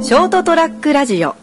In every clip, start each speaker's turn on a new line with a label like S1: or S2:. S1: ショートトラックラジオ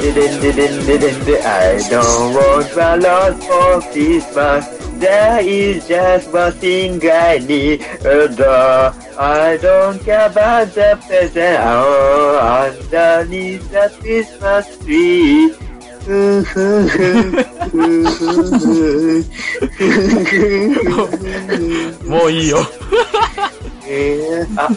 S2: ででんででんででんで I don't want a lot for Christmas There is just one thing I need a door I don't care about the present Oh, underneath the Christmas tree ふんふんふんふんふん
S3: もういいよ。
S2: えーあ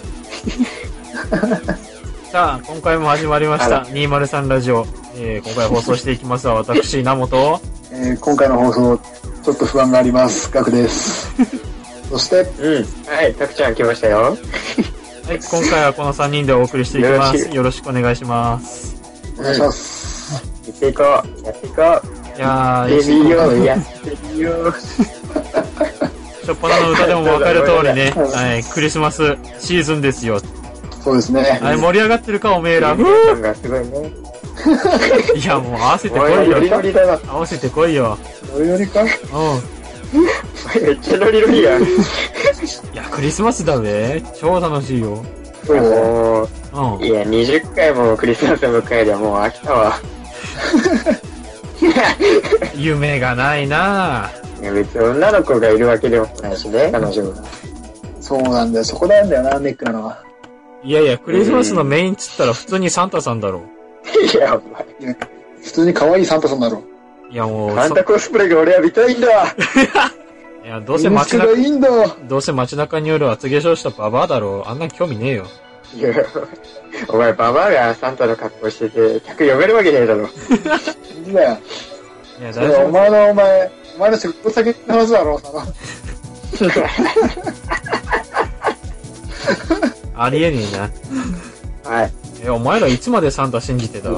S3: さあ、今回も始まりまし
S2: あ
S3: た。203ラジオ。えー、今回放送していきますは、私、名本。
S4: えー今回の放送、ちょっと不安があります。ガ クです。そして、
S2: うんはいたくちゃん来ましたよ
S3: はい、今回はこの3人でお送りしていきます。よろしくお願いします。
S4: お願いします。
S2: 行っていこうやっていこ
S3: いや
S2: う
S3: ー、
S2: やってみよ
S3: し
S2: うやってみ よう
S3: ょっぱなの歌でも分かる通りね、はい、クリスマスシーズンですよ。
S4: そうですね。
S3: はい、盛り上がってるか、おめえら。い
S2: 皆さんがすごいね
S3: や、もう合わせてこ
S2: おい
S3: い
S2: ロリ
S3: よ。
S2: ロリだな
S3: 合わせてこいよ。
S4: およりか
S3: う
S2: めっちゃロリロリやん
S3: ん。いや、クリスマスだべ。超楽しいよ。
S4: そうですね。
S2: もう
S3: う ん。
S2: いや、20回もクリスマスを迎えりゃもう飽きたわ。
S3: 夢がないなぁ。
S2: いや別に女の子がいるわけでも ないしね、彼女が。
S4: そうなんだよ。そこなんだよな、ネックなのは。
S3: いやいや、クリスマスのメインっつったら普通にサンタさんだろ。
S2: いや、お前、
S4: いや普通に可愛いサンタさんだろ。
S3: いやもう、
S2: サン
S3: そ
S2: タコスプレが俺は見たいんだ
S3: いや、ど
S4: ど
S3: うせ街
S4: が
S3: 中
S4: い、いんだ。
S3: どうせ街中による厚化粧したババアだろう。あんな興味ねえよ。
S2: いや、お前、ババアがサンタの格好してて、客読めるわけねえだろ。
S4: いいんだよ。
S3: いや、
S4: そ
S3: 大
S4: れは
S3: 丈
S4: お前のお前、お前の仕事先の話だろ。その
S3: 夫。ありえねえな。
S2: はい。
S3: え、お前らいつまでサンタ信じてたい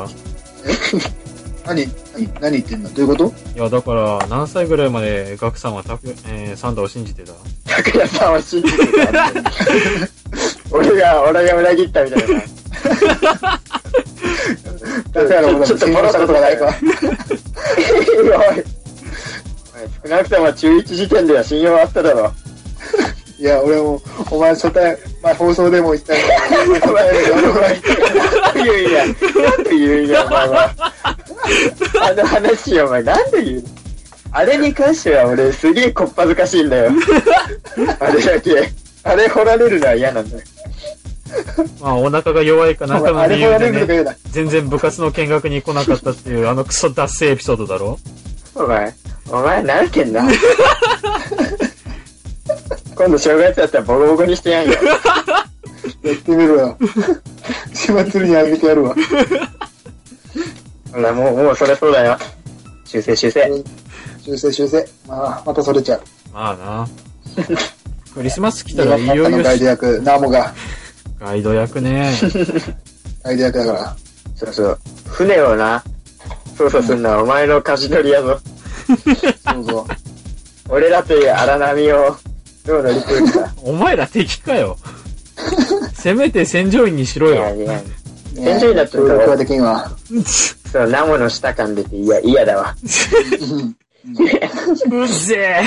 S4: 何何何言ってんのどういうこと
S3: や、だから、何歳ぐらいまでガクさんはたく、えーサンタを信じてた
S2: 拓也さんは信じてた。俺が、俺が裏切ったみた いな。
S4: だからもう
S2: ちょっと
S4: 信用したことがないか。
S2: おいお前少なくとも中1時点では信用あっただろ。
S4: いや、俺も、お前初対、まあ放送でも言ったよ。
S2: お前、お前、なんで言うんや。なんで言うんや、お前は。あの話、お前、なんで言うあれに関しては俺、すげえこっぱずかしいんだよ。あれだけ。あれ掘られるのは嫌なんだよ。
S3: まあ、お腹が弱いかなんか
S4: お前あ
S3: の
S4: れ
S3: 理
S4: もや
S3: 由
S4: れ
S3: で
S4: るとか
S3: ね、
S4: 言うな。
S3: 全然部活の見学に来なかったっていう、あのクソダッセエピソードだろ
S2: お前、お前、なめてんな。今度正月やったらボコボコにしてやんよ。
S4: やってみろ よ。島釣りにあげてやるわ。
S2: ほら、もう、もうそれそうだよ。修正修正。
S4: 修正修正。まあ、またそれちゃう。
S3: まあな。クリスマス来たらい
S4: 今
S3: よい
S4: の
S3: よ
S4: ガイド役、ナモが
S3: ガイド役ね。
S4: ガイド役だから。
S2: そうそう。船をな、操作すんのはお前の舵取りやぞ。
S4: そうそう。
S2: 俺らという荒波を、どう乗り越える か。
S3: お前ら敵か よ。せめて戦場員にしろ
S2: い
S3: よ
S2: や。 いや、
S4: ね
S2: 天井になっちゃう
S4: 協
S2: から
S4: 力はできんわ。
S2: そう、ナモの下感出て、いや、嫌だわ。
S3: うっぜえ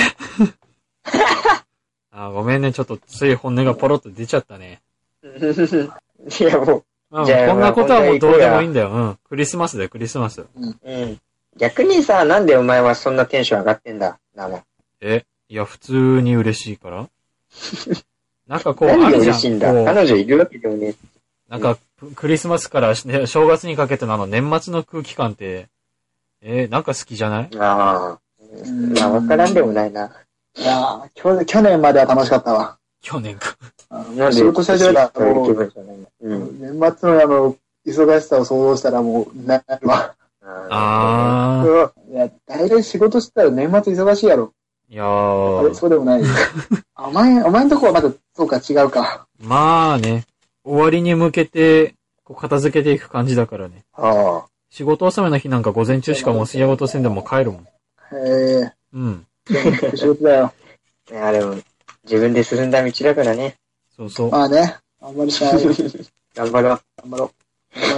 S3: あーごめんね、ちょっとつい本音がポロッと出ちゃったね。
S2: いや、も
S3: まあ、
S2: じゃあ
S3: こんなことはもうどうでもいい
S2: ま
S3: んだよ。うん。クリスマスだよ、クリスマス。
S2: う、うん。逆にさ、なんでお前はそんなテンション上がってんだ、ナモ。
S3: え、いや、普通に嬉し いから。なんかこう、あ
S2: 何が
S3: るじ
S2: 嬉
S3: ゃん。
S2: しいんだ。
S3: こう
S2: 彼女いるわけでもね
S3: なんか、クリスマスから、ね、正月にかけてのあの年末の空気感って、えーなんか好きじゃない
S2: え。ああ。
S4: ん
S2: まあ、わからんでもないな。
S4: いやー去去年までは楽しかったわ。
S3: 去年か。
S2: なんで、
S4: 仕事したじゃない
S2: そういう気分じゃないな。うん。
S4: 年末のあの、忙しさを想像したらもう、なるわ。
S3: あー。
S2: あ。
S4: いや、大体仕事してたら年末忙しいやろ。
S3: いや
S4: あれ
S3: ー。
S4: そうで もない。あお前、お前んとこはまだ、そうか、違うか。
S3: まあね、終わりに向けて、こう片付けていく感じだからね。
S2: ああ。
S3: 仕事納めの日なんか午前中しかもう仕事せんでも帰るもん。
S4: へえ
S3: うん。
S4: ー、仕事だよ。
S2: いや、でも、自分で進んだ道だからね。
S3: そうそう。
S4: まあね、頑張り たい。
S2: 頑
S4: 頑
S2: 張ろう。
S4: 張ろう。頑張ろ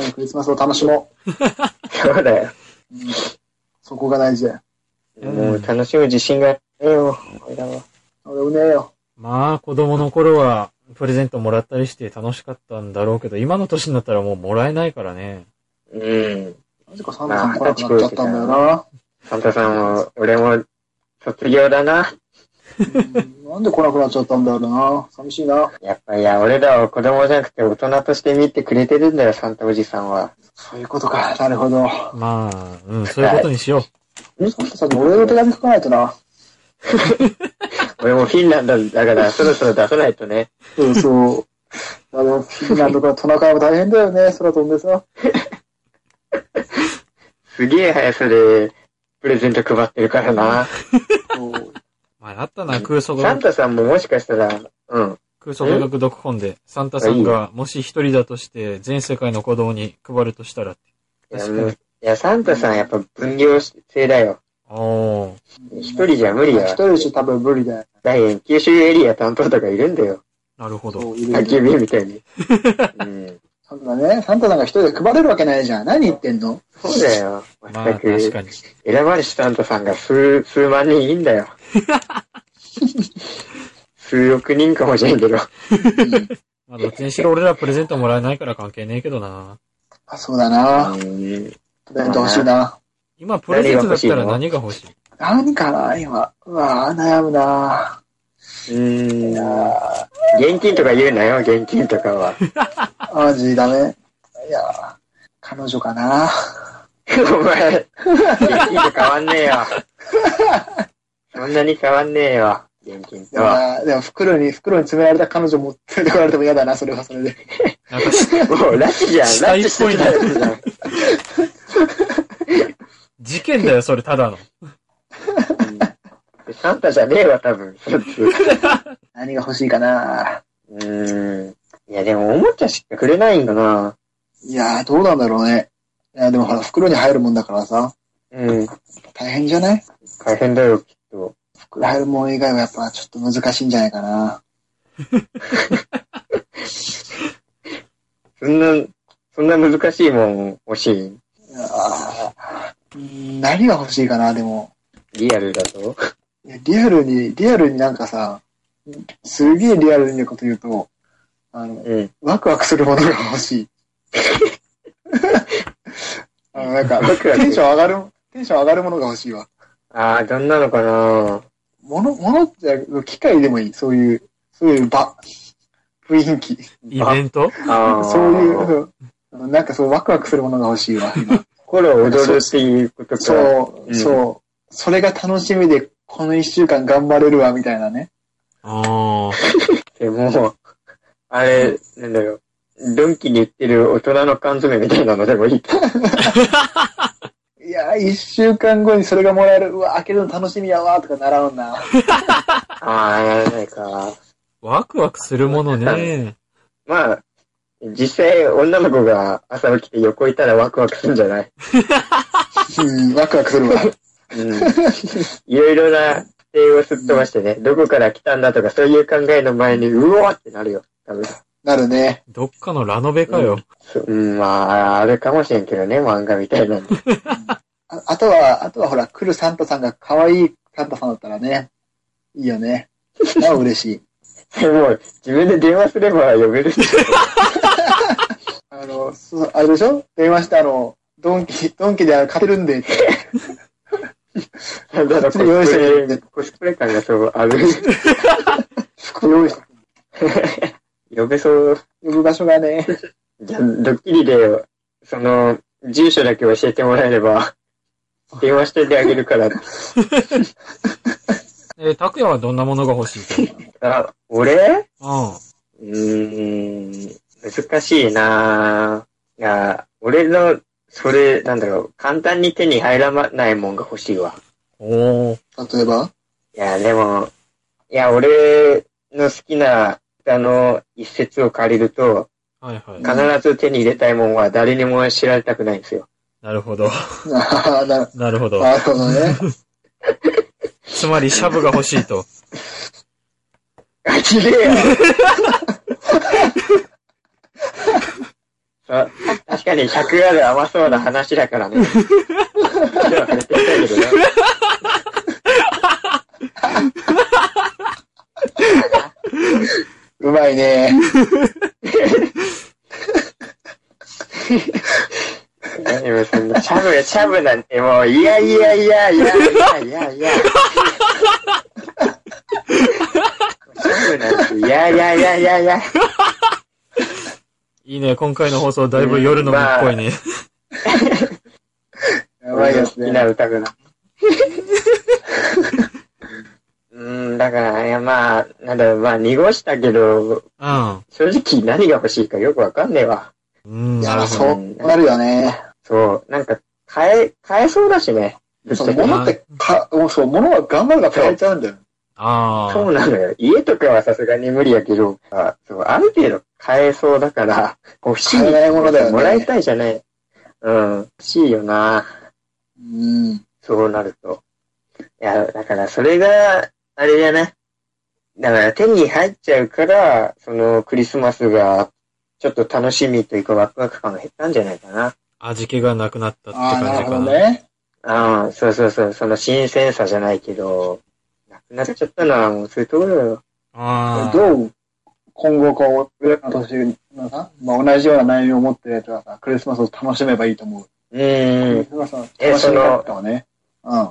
S4: う。クリスマスを楽しも
S2: そうだよ。
S4: う。うんそこが大事だよ。
S2: もう楽しむ自信がないよ、俺らは。
S4: 俺もねえよ。
S3: まあ、子供の頃は、プレゼントもらったりして楽しかったんだろうけど、今の年になったらもうもらえないからね。
S2: うん。
S4: なぜかサンタさん来なくなっちゃったんだよな。
S2: サンタさんも、俺も、卒業だな。
S4: うんなんで来なくなっちゃったんだよな。寂しいな。
S2: やっぱ、いや、俺らは子供じゃなくて大人として見てくれてるんだよ、サンタおじさんは。
S4: そういうことか。なるほど。
S3: まあ、うん、そういうことにしよ
S4: サンタさんに俺の手紙書かないとな。
S2: 俺もフィンランドだから、そろそろ出さないとね。
S4: そうそう。あの、フィンランドからトナカイも大変だよね。空飛んでさ。
S2: すげえ速さで、プレゼント配ってるからな。
S4: そう
S3: う。まあ、あったな、空想
S2: サン
S3: 学、
S2: タさんももしかしたら、うん。
S3: 空想学読本で、サンタさんがもし一人だとして、全世界の子供に配るとしたらって。
S2: いや、
S3: 確
S2: も
S3: か
S2: う
S3: に
S2: いやサンタさんやっぱ分業制だよ。
S3: おー。
S2: 一人じゃ無理
S4: 一
S2: や。
S4: 人じゃ多分無理だよ。
S2: だい九州エリア担当とかいるんだよ。
S3: なるほど。
S4: そう、いる
S2: 焚
S4: い
S2: き
S4: る。
S2: 火みたい に。うん。
S4: サンタね、サンタさんが一人で配れるわけないじゃん。何言ってんの
S2: そうだよ。
S3: まあ、
S2: 全
S3: 確
S2: く、
S3: かに。
S2: 選ばれしサンタさんが数、数万人いいん だよ。数億人かもしれんけど。
S3: まあ、どっちにしろ俺らプレゼントもらえないから関係ねえけどな。
S4: あ、そうだな。
S2: うん
S4: プレゼント欲しいな。
S3: 今、プレゼントだったら何が欲しい
S4: 何かな、今。うわぁ、悩むな
S2: うん。現金とか言うなよ、現金とか は。
S4: ぁ。マジダメ。いやぁ、彼女かな
S2: お前、現金と変わんねえよ。そんなに変わんねえよ、現金
S4: で
S2: と
S4: も
S2: は。
S4: なでも袋に、袋に詰められた彼女持ってこられても嫌だな、それはそれで。
S3: なんかし、
S2: もう、拉致じゃん、
S3: 死
S2: 拉致
S3: 体っぽ
S2: して
S3: いな
S2: たやつじゃん。
S3: 事件だよ、それ、ただの。
S2: サンタじゃねえわ、多分。そっち
S4: 何が欲しいかな
S2: うーん。いや、でも、おもちゃしかくれないんだな。
S4: いやぁ、どうなんだろうね。いや、でもほら、袋に入るもんだからさ、
S2: うん。
S4: 大変じゃない
S2: 大変だよ、きっと。
S4: 袋入るもん以外はやっぱちょっと難しいんじゃないかな。
S2: そんな、そんな難しいもん欲しい。
S4: いやぁうん何が欲しいかな、でも。
S2: リアルだと。
S4: いやリアルに、リアルになんかさ、すげえリアルなこと言うと、あの、
S2: うん。
S4: ワクワクするものが欲し い。あの、なんか、
S2: ワクワク
S4: テンション上がる、テンション上がるものが欲しいわ。
S2: ああ、どんなのか な。
S4: もの、ものじゃ、機械でもいい。そういう、そういう場。雰囲気。
S3: イベント
S2: ああ。
S4: そういう、うんなんかそう、ワクワクするものが欲しいわ、 今。
S2: 心を踊るっていうことか。
S4: そうう、
S2: ん
S4: そう。それが楽しみで、この一週間頑張れるわ、みたいなね。
S3: ああ。
S2: でも、あれ、なんだろう。ドンキに売ってる大人の缶詰みたいなのでもいい か。
S4: いやー、一週間後にそれがもらえる。うわ、開けるの楽しみやわ、とかならんな。
S2: ああ、やらないか。
S3: ワクワクするものね。
S2: まあ、実際女の子が朝起きて横いたらワクワクするんじゃない
S4: うん、ワクワクするわ。
S2: うんいろいろな否定をすっ飛ばしてね、どこから来たんだとかそういう考えの前に、うおーってなるよ。多分。
S4: なるね。
S3: どっかのラノベかよ。
S2: うん、まあ、あるかもしれんけどね、漫画みたいなんで。
S4: ああとは、あとはほら、来るサンタさんが可愛いサンタさんだったらね、いいよ ね。なお嬉しい。
S2: で もう、自分で電話すれば呼べるし。
S4: あの、そうあれでしょ電話して、あの、ドンキ、ドンキで買ってるんでって、
S2: なんだろう、コス
S4: こっちに用意して
S2: プ
S4: る
S2: レ、コスプレ感がそう、ある。
S4: 服用意して、
S2: 呼べそう。
S4: 呼ぶ場所がね、
S2: じゃあ、ドッキリで、その、住所だけ教えてもらえれば、電話しててあげるから。
S3: えー、拓也はどんなものが欲しいと
S2: あ、俺
S3: 思う
S2: うーん、難しいなぁ。いや、俺の、それ、なんだろう、簡単に手に入らないもんが欲しいわ。
S3: うん。おー。
S4: 例えば
S2: いや、でも、いや、俺の好きな歌の一節を借りると、
S3: はいはい。
S2: 必ず手に入れたいもんは誰にも知られたくないんですよ。
S3: なるほど。
S4: ああ、なる
S3: なるほど。
S4: なるほどね。
S3: つまり、シャブが欲しいと。
S2: あ、きれいよかに100ある甘そうな話だ からね。じゃあ、やってみたいけどね。
S4: うまいね。
S2: 何もそんな、シャブ、シャブなんてもう、いやいやいやいやいやいやいや。シャブなんて、いやいやいやいやいや。
S3: いいね、今回の放送だいぶ夜の部っぽいね。
S4: やばいやつ
S2: 好きな
S4: ね。
S2: 歌がな。うん、だから、いや、まあ、なんだろう、まあ、濁したけど、
S3: うん。
S2: 正直何が欲しいかよくわかんねえわ。
S3: うん、
S4: い
S3: な
S4: や、ま
S3: る
S4: あ
S3: ほ
S4: そ
S3: ど。
S4: うなるよね。
S2: そう、なんか、変え、変えそうだしね。ぶっち
S4: そう、
S2: ゃけ
S4: 物ってか、もうそう、物は頑張れば変えちゃうんだよ。
S3: あ
S2: そ
S3: あ。
S2: うなのよ。家とかはさすがに無理やけど、あそうある程度買えそうだから、欲しい。
S4: 買えないものだよね
S2: もらいたいじゃない。うん。欲しいよな。
S4: うん。
S2: そうなると。いや、だからそれが、あれじゃない。だから手に入っちゃうから、そのクリスマスが、ちょっと楽しみというかワクワク感が減ったんじゃないかな。
S3: 味気がなくなったって
S4: ああ、な
S3: 感
S4: る
S3: じ
S4: ほ
S3: か
S4: ど
S3: な。
S4: ね。
S2: ああ、そうそうそう、その新鮮さじゃないけど、なくなっちゃったのはもうそういうところよ。
S3: ああ。
S4: どう、今後こう、上の年のさ、まあ、同じような内容を持ってるやつはさ、クリスマスを楽しめばいいと思う。
S2: うー
S4: ク
S2: ん
S4: リ。スマスの楽し
S2: えそ
S4: み
S2: の
S4: 方はね。うん。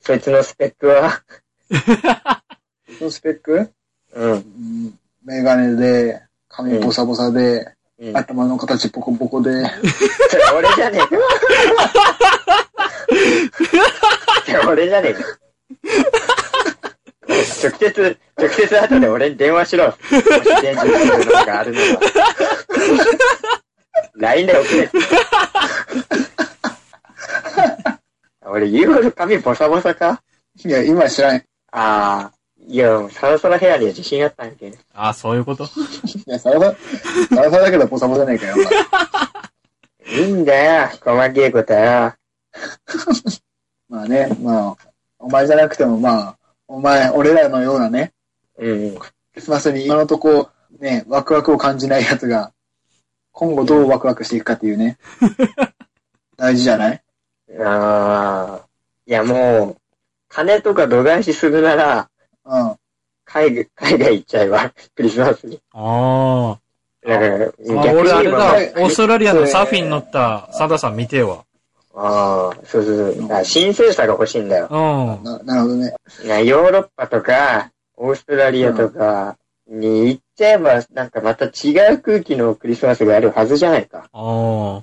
S2: そいつのスペックは、
S4: そのスペック
S2: うん。
S4: うんメガネで、髪ボサボサで、
S2: うん、
S4: 頭の形ボコボコで、
S2: それ俺じゃねえか。それ俺じゃねえか。直接、直接後で俺に電話しろ。自転車するのがあるのは。LINE で送れ。俺言うほど髪ボサボサか
S4: いや、今知らん。い
S2: ああ。いや、もうサラサラヘアには自信あったんやけど。
S3: ああ、そういうこと
S4: や、サラサラ、サラサラだけどボサボサねえかよ。お前
S2: いいんだよ、細けいことは。
S4: まあね、まあ、お前じゃなくてもまあ、お前、俺らのようなね、
S2: うん。
S4: クリスマスに今のとこ、ね、ワクワクを感じないやつが、今後どうワクワクしていくかっていう ね。大事じゃない
S2: ああ。いや、もう、金とか度外視するなら、
S4: うん。
S2: 海外、海外行っちゃえば、 クリスマスに。
S3: あ
S2: だから、逆
S3: あ。あ俺あれだ
S4: 逆に言え、ば
S3: オーストラリアのサーフィン乗ったサダさん見てえわ。
S2: ああ、そうそうそう。だから新鮮さが欲しいんだよ。
S3: うん。
S4: な、なるほどね。
S2: いやヨーロッパとか、オーストラリアとかに行っちゃえば、なんかまた違う空気のクリスマスがあるはずじゃないか。
S3: あ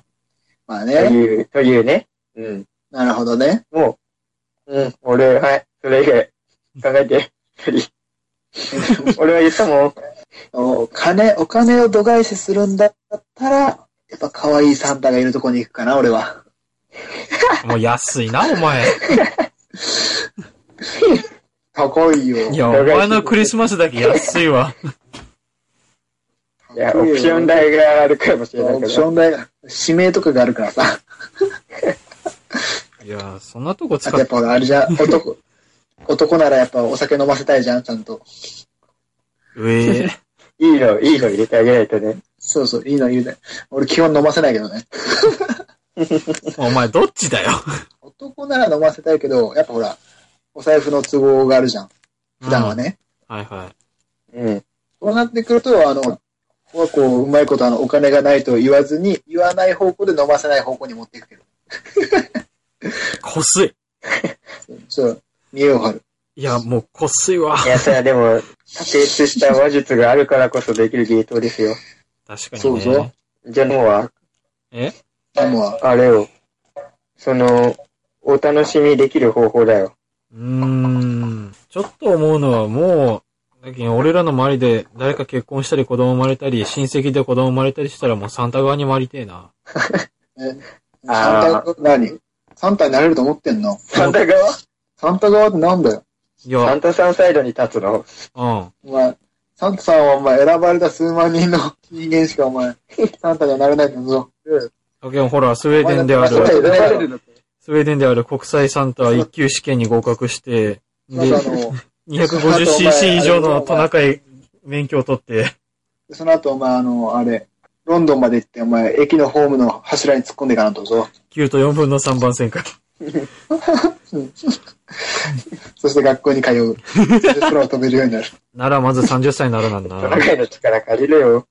S4: まあ
S2: と
S4: ね、
S2: いう、というね。うん。
S4: なるほどね。
S2: もう、うん、俺、はい、それ以外、考え て。 俺は言ったもん。
S4: お金、お金を度外視するんだったら、やっぱ可愛いサンタがいるとこに行くかな、俺は。
S3: あ。もう安いな、お前。
S4: 高いよ。
S3: いや、お前のクリスマスだけ安い わ。
S2: いや、オプション代があるかもしれない
S4: オ
S2: け
S4: プショ
S2: ど。
S4: ン代が、指名とかがあるからさ。
S3: いや、そんなとこ使
S4: あとや
S3: っ
S4: っぱ俺あれ じゃん、男、男ならやっぱお酒飲ませたいじゃん、ちゃんと。
S3: うええ。
S2: いいの、いいの入れてあげないとね。
S4: そうそう、いいの言うね。俺基本飲ませないけどね。
S3: お前どっちだよ。
S4: 男なら飲ませたいけど、やっぱほら、お財布の都合があるじゃん。 普段はね。
S3: うん。はいはい。
S2: うん。
S4: こうなってくると、あの、ここはこう、うまいことあの、お金がないと言わずに、言わない方向で飲ませない方向に持っていくけど。
S3: こすい。
S4: そう、見栄を張る。
S3: いや、もうこすいわ。
S2: いや、それはでも、卓越した話術があるからこそできる芸当ですよ。
S3: 確かにね。
S4: そうそう
S2: じゃあもうは、
S3: え
S4: でもは、
S2: あれよ。その、お楽しみできる方法だよ。
S3: うーん。ちょっと思うのはもう、だけど俺らの周りで誰か結婚したり子供生まれたり、親戚で子供生まれたりしたらもうサンタ側に回りてえな。
S4: え、
S2: あー
S4: サンタ、何サンタになれると思ってんの
S2: サンタ側
S4: サンタ側ってなんだよ。
S3: い
S2: サ
S3: や、
S2: ンタさんサイドに立つの
S3: うん。
S4: お前、サンタさんはお前選ばれた数万人の人間しかお 前、サンタにはなれないんだぞ。
S3: だけどほら、スウェーデンであ
S4: お前
S3: る、
S4: だって選ばれるんだぞ
S3: スウェーデンである国際サンタ一級試験に合格して、
S4: なん
S3: で
S4: か、あの、
S3: 250cc 以上のトナカイ免許を取って、
S4: その後お前あの、あれ、ロンドンまで行って、お前、駅のホームの柱に突っ込んでいかなとぞ。
S3: 9と4分の3番線から。
S4: そして学校に通う。そして空を飛べるよ うになる。
S3: ならまず30歳にならなん
S2: ト
S3: だ
S2: ナ。カイの力借りるよ。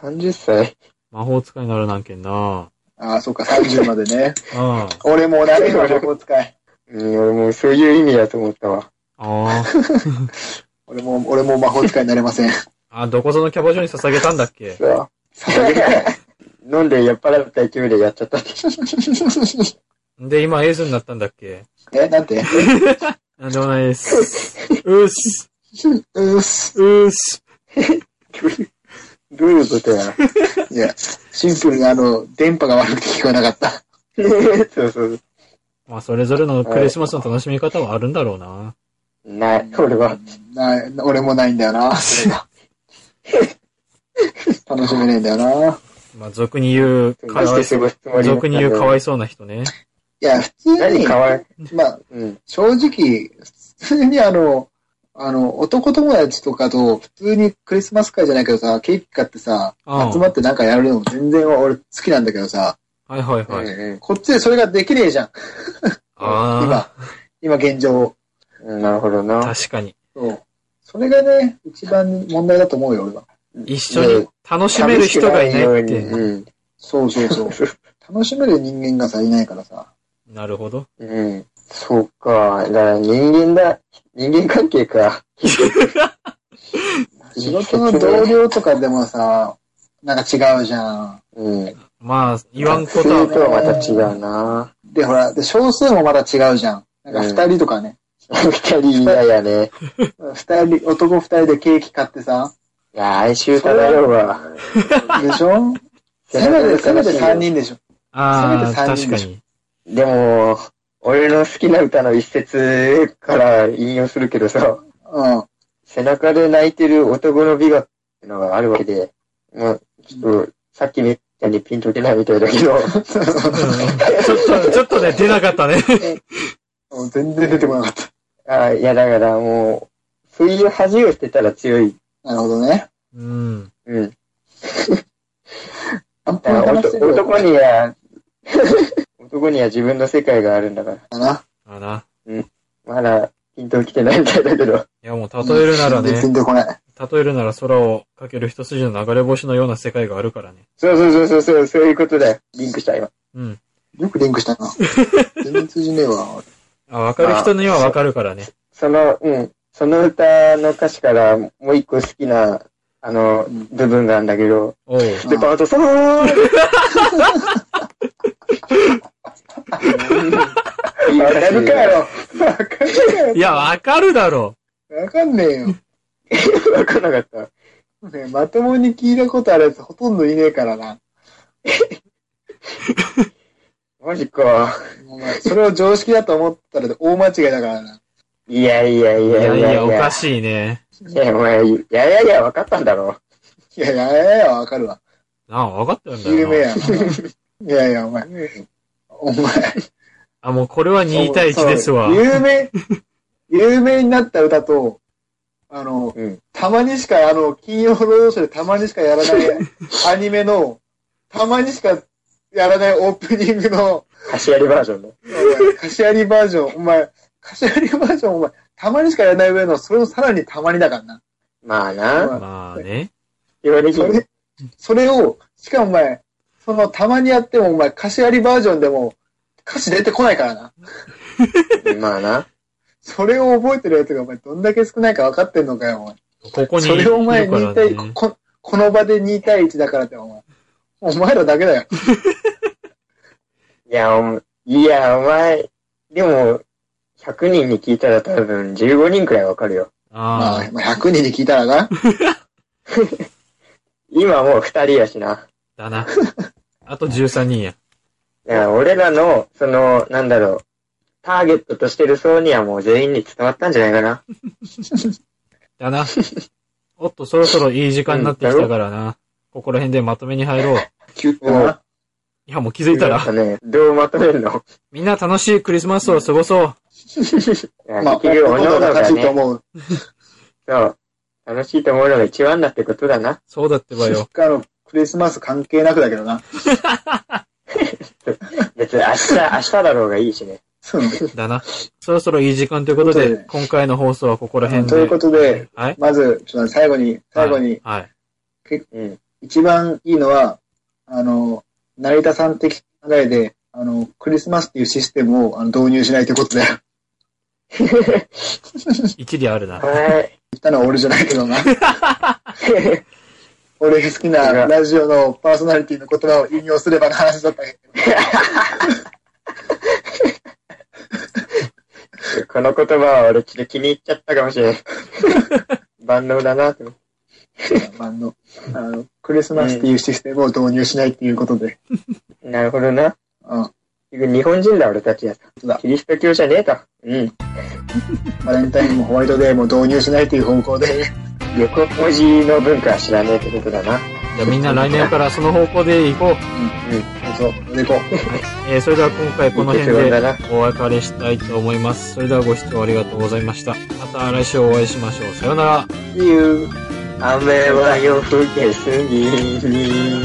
S2: 30歳。
S3: 魔法使いにならなんけんな。
S4: ああ、そうか、30までね。
S3: あ
S4: 俺もなれるわ、魔法使い。
S2: うん、俺もうそういう意味やと思ったわ。
S3: あ。ああ。
S4: 俺も、俺も魔法使いになれま せん。
S3: あ、どこぞのキャバ嬢に捧げたんだっけ
S2: さ あ、飲んで酔っ払った勢いでやっちゃった って。
S3: で、今エースになったんだっけ
S4: え、なんて
S3: なんでもないです。うっす。
S4: うっす。
S3: うっす。
S2: どういうことやら。
S4: いや、シンプルにあの、電波が悪くて聞こえなかった。
S2: そうそう。
S3: まあ、それぞれのクリスマスの楽しみ方はあるんだろうな。
S2: ない、俺は。
S4: ない、俺もないんだ よな、それが。楽しめねえんだよな。い
S3: まあ、俗に言う、か
S2: マジ
S3: わい
S2: で
S3: そ
S2: 過
S3: う。
S2: ごすつもりだった
S3: 俗に言うかわ
S2: い
S3: いそうな人ね。
S4: や、普通
S2: 何
S4: に、
S2: かわい
S4: まあ、
S2: うん。
S4: 正直、普通にあの、あの、男友達とかと、普通にクリスマス会じゃないけどさ、ケーキ買ってさ、
S3: うん
S4: 集まってなんかやるのも全然俺好きなんだけどさ、
S3: はいはい
S2: うん
S3: はい。
S2: う
S4: こっちでそれができねえじゃん。
S3: あ
S4: 今、今現状。
S2: んうん。なるほど
S3: あ、
S2: な。
S3: 確かに。
S4: そう。それがね、一番問題だと思うよ、俺は。
S3: 一緒に楽しめる人がいないっ
S2: 寂しく
S3: て。
S2: なように
S4: そうそう そう。楽しめる人間がさ、いないからさ。
S3: なるほど。
S2: うん。うん。そうか。だから人間だ。人間関係 か。
S4: 仕事の同僚とかでもさ、なんか違うじゃん。
S2: うん。
S3: まあ、言わん
S2: 普
S3: こと
S2: 通
S3: は、
S2: とはまた違うな。
S4: で、ほら、で、少数もまだ違うじゃん。なんか二人とかね。
S2: 二人いないやね。
S4: 二人、男二人でケーキ買ってさ。
S2: いや、哀愁漂うわ。
S4: でし ょせめて、せめて三人でしょ。
S3: ああ、
S4: せめて
S3: 確
S4: 三人
S3: か
S4: でしょ
S3: に。
S2: でも、俺の好きな歌の一節から引用するけどさ、
S4: うん。
S2: 背中で泣いてる男の美学ってのがあるわけで、まあ、ちょっと、さっきみたいにピンと出ないみたいだけ ど、
S3: うんちょっと、ちょっとね、出なかったね。
S4: もう全然出てこなかった。
S2: あいや、だからもう、そういう恥をしてたら強い。
S4: なるほどね。
S3: うん。
S2: うん。
S4: あん
S2: だ
S4: ま
S2: か
S4: り
S2: ら
S4: 話し
S2: 男
S4: てるよ
S2: 男には、 男には自分の世界があるんだから、
S4: だな。
S3: あな。
S2: まだピンと来てないみたいだけど、
S3: いや、もう例えるなら
S4: 全然
S3: ね、
S4: 出てこない。
S3: 例えるなら空をかける一筋の流れ星のような世界があるからね。
S2: そうそうそうそうそう、そういうことだよ。リンクした今。
S3: うん。
S4: よくリンクした な。全然通じねえわ。
S3: あ、わかる人にはわかるからね。
S2: その、うん、その歌の歌詞からもう一個好きな、あの、
S4: うん
S2: 部分があるんだけど、
S3: おう。
S4: うん
S2: デパートさーんいや、わかるかよ。わかるかよ。
S3: いや、わかるだろ。
S4: わかんねえよ。
S2: わかんなかった。
S4: ねまともに聞いたことあるやつほとんどいねえからな。
S2: マジか。
S4: お前、それを常識だと思ったら大間違いだからな。
S2: いやいやいう
S3: い
S2: や
S3: や
S2: い
S3: い
S2: や
S3: や、おかしいね。
S2: いや、お前、いやいやいや、わかったんだろ。
S4: いやいやいやいや、わかるわ。
S3: ああ、わかってるんだ
S4: 有名
S3: よな。
S4: やな。いやいや、お前。お前。
S3: あ、もうこれは2対1ですわ
S4: そう。有名、有名になった歌と、あの、
S2: うん。
S4: たまにしか、あの、金曜ロードショーでたまにしかやらないアニメの、たまにしかやらないオープニングの、
S2: 柏りバージョンの。
S4: お前カシアリバージョン、お前、カシアリバージョン、お前、たまにしかやらない上の、それをさらにたまにだからな。
S2: まあな。
S3: まあね。
S2: 言われ
S4: そ
S2: る
S4: れ、それを、しかもお前、その、たまにやっても、お前、カシアリバージョンでも、歌詞出てこないからな。
S2: まあな。
S4: それを覚えてるやつが、お前、どんだけ少ないか分かってんのかよ、お前。
S3: ここにい
S4: そ
S3: る
S4: れをお前
S3: か
S4: 2
S3: ら
S4: 対、
S3: ね。
S4: こ、この場で2対1だからって、お前。お前らだけだよ。
S2: いや、お、いや、お前、でも、100人に聞いたら多分15人くらいわかるよ。
S4: ま
S3: あ
S4: あ、まあ、100人に聞いたらな。
S2: 今もう2人やしな。
S3: あ、だな。あと13人や。
S2: だから俺らの、その、なんだろう、ターゲットとしてる層にはもう全員に伝わったんじゃないかな。
S3: だな。おっと、そろそろいい時間になってきたからな。ここら辺でまとめに入ろう。
S4: キュッとな。
S3: いや、もう気づいた
S2: なん
S3: ら。
S2: かね、どうまとめるの
S3: みんな楽しいクリスマスを過ごそう。
S2: いや
S4: まあ、
S2: 結局、おのおの
S4: が
S2: が
S4: 勝ちと
S2: ね、
S4: 思う。
S2: そう、楽しいと思うのが一番だってことだな。
S3: そうだってばよ。
S4: あの、クリスマス関係なくだけどな。
S2: 別に明日、 明日だろうがいいしね。
S4: そう
S3: だな。そろそろいい時間ということ
S4: ということ
S3: で
S4: で、
S3: 今回の放送はここら辺で。
S4: ということで、
S3: はい。
S4: まず、ちょっと最後に、最後に、
S3: はい。
S2: うん。
S4: 一番いいのは、あの、成田さん的考えで、あの、クリスマスっていうシステムをあの導入しないということだよ。
S3: 一理あるな。
S2: はい。
S4: 言ったのは俺じゃないけどな。俺が好きなラジオのパーソナリティの言葉を引用すればの話だったけど。
S2: この言葉は俺ちょっと気に入っちゃったかもしれない。 万能だなと思って。
S4: あの、あのクリスマスっていうシステムを導入しないっていうことで。
S2: なるほどな。
S4: うん。
S2: 日本人だ俺たちや
S4: そうだ。
S2: キリスト教じゃねえと。うん。
S4: バレンタインもホワイトデーも導入しないという方向で。
S2: 横文字の文化は知らねえってことだな。
S3: じゃあみんな来年からその方向で行こう。
S4: そうそう。でこう。
S3: えーそれでは今回この辺
S2: いい結論だ
S3: で
S2: な
S3: お別れしたいと思います。それではご視聴ありがとうございました。また来週お会いしましょう。さようなら。
S4: いう。
S2: 雨は夜更けすぎに。